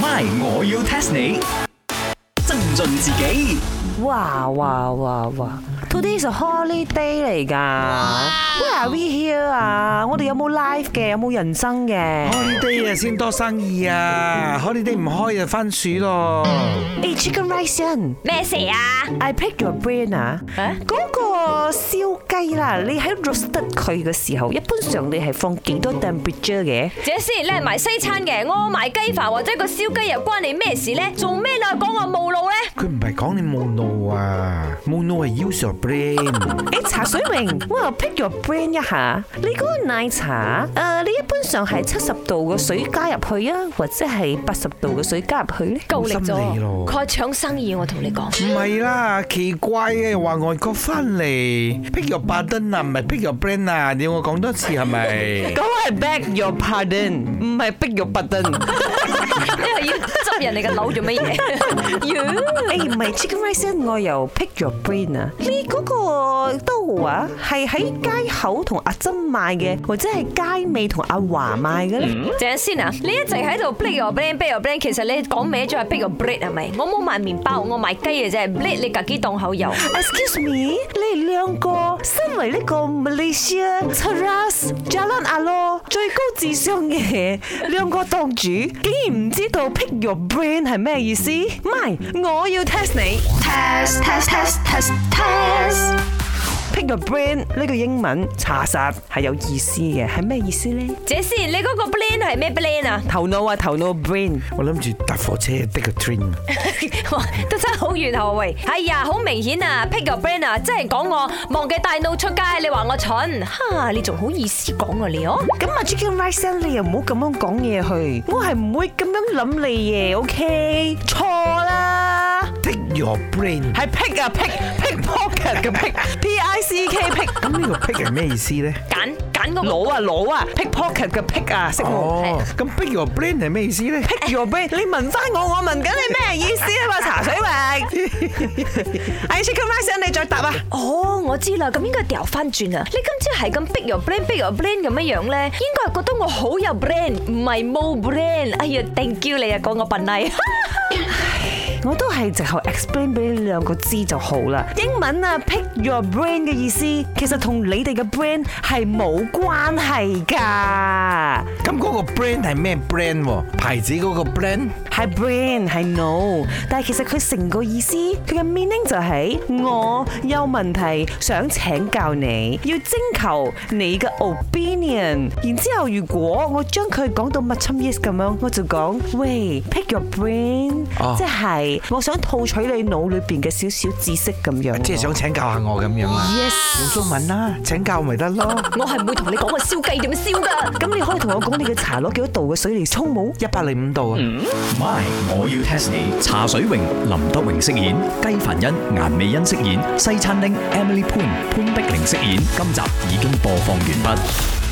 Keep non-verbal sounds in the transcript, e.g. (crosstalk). My，我要 test 你。增進自己哇哇哇哇！Today is a holiday 嚟噶，Where are we here 啊？我哋有冇 life 嘅？有冇人生嘅？ holiday 啊，先多生意啊！holiday 唔開就番薯咯。誒，Chicken Rice 咩事啊？ I pick your brain 啊！嗰個燒雞啦，你喺 roasted 佢嘅時候，一般上你係放幾多 temperature 嘅？姐先，你係賣西餐嘅，我賣雞飯或者個燒雞又關你咩事咧？做咩你又講我冇腦咧？佢唔係講你冇腦啊，冇腦係 use your brain。誒，茶水明，我又 pick your brain 一下，你嗰個奶茶，誒、你一般上係七十度嘅水加入去啊，或者係八十度嘅水加入去咧？夠力咗好心你咯，佢係搶生意，我同你 (laughs) 講。唔係啦，奇怪嘅又話外國翻嚟 pick your button 啊，唔係 pick your brain à, 啊，你要我講多次係咪咁？我係 beg your pardon，唔係 beg your button。你係要執人哋嘅樓做乜嘢？ (laughs) 你唔係 chicken rice，我又 pick your brain 啊！你嗰個都啊，係喺街口同阿珍賣嘅，或者係街尾同阿華賣嘅咧？鄭先啊，你一直喺度 break your brain break your brain，其實你講歪咗係 break your bread 係咪？我冇賣麵包，我賣雞嘅啫，bread 你自己當口油。 Excuse me，你哋兩個身為呢個 Malaysia Teras Jalan Alo 最高智商嘅兩個檔主，竟然唔知道 pick your brain 係咩意思？唔係，我要 test 你 test test test test test pick your brain 呢個英文查實係有意思嘅，係咩意思呢？姐先，你嗰個 brain 係咩 brain 啊？頭腦啊，頭腦 brain。我諗住搭火車的個 train 啊。哇都真係好遠後喂！哎呀，好明顯啊，pick your brain 啊，即係講我忘記帶腦出街，你話我蠢，哈！你仲好意思講我你哦？咁啊，Chicken Rice 呢你又唔好咁樣講嘢去，我係唔會咁樣諗你嘢，OK？錯啦， Take your brain，係 pick 啊 pick pick pocket 嘅 pick，P I C K pick 咁呢個 pick 係咩意思咧？揀揀嗰個攞啊攞啊 pick pocket 嘅 pick 啊，識冇哦，咁 pick your brain 係咩意思咧？ ？Pick your brain，你問翻我，我問緊你咩意思啊嘛？茶水榮，哎 Chicken Rice 你再答啊！哦，我知啦，咁應該掉翻轉啊！你今朝係咁 pick your brain pick your brain 咁樣樣咧，應該係覺得我好有 brain，唔係冇 brain。哎呀，thank you 你啊，講我笨嚟。我都係直頭 explain 俾你兩個知就好啦。英文啊，pick your brain 嘅意思，其實同你哋嘅 brain 係冇關係㗎，咁嗰個 brand 係咩 brand 喎？牌子嗰個 brand？係 brain 係腦，但係其實佢成個意思，佢嘅 meaning 就係、我有問題想請教你，要徵求你嘅 opinion。然之後如果我將佢講到 much yes 咁樣，我就講喂，pick your brain，、哦即係我想套取你腦裏邊嘅少少知識咁樣。即係想請教下我咁樣啊？用 Yes，中文啦，請教咪得咯。我係唔會同你講我燒雞點樣燒㗎。咁你可以同我講你嘅茶攞幾多度嘅水嚟沖冇？一百零五度啊！ ，My，我要 test 你。茶水榮、林德榮飾演，雞凡欣、顏美欣飾演，西餐廳 Emily Poon 潘碧玲飾演。今集已經播放完畢。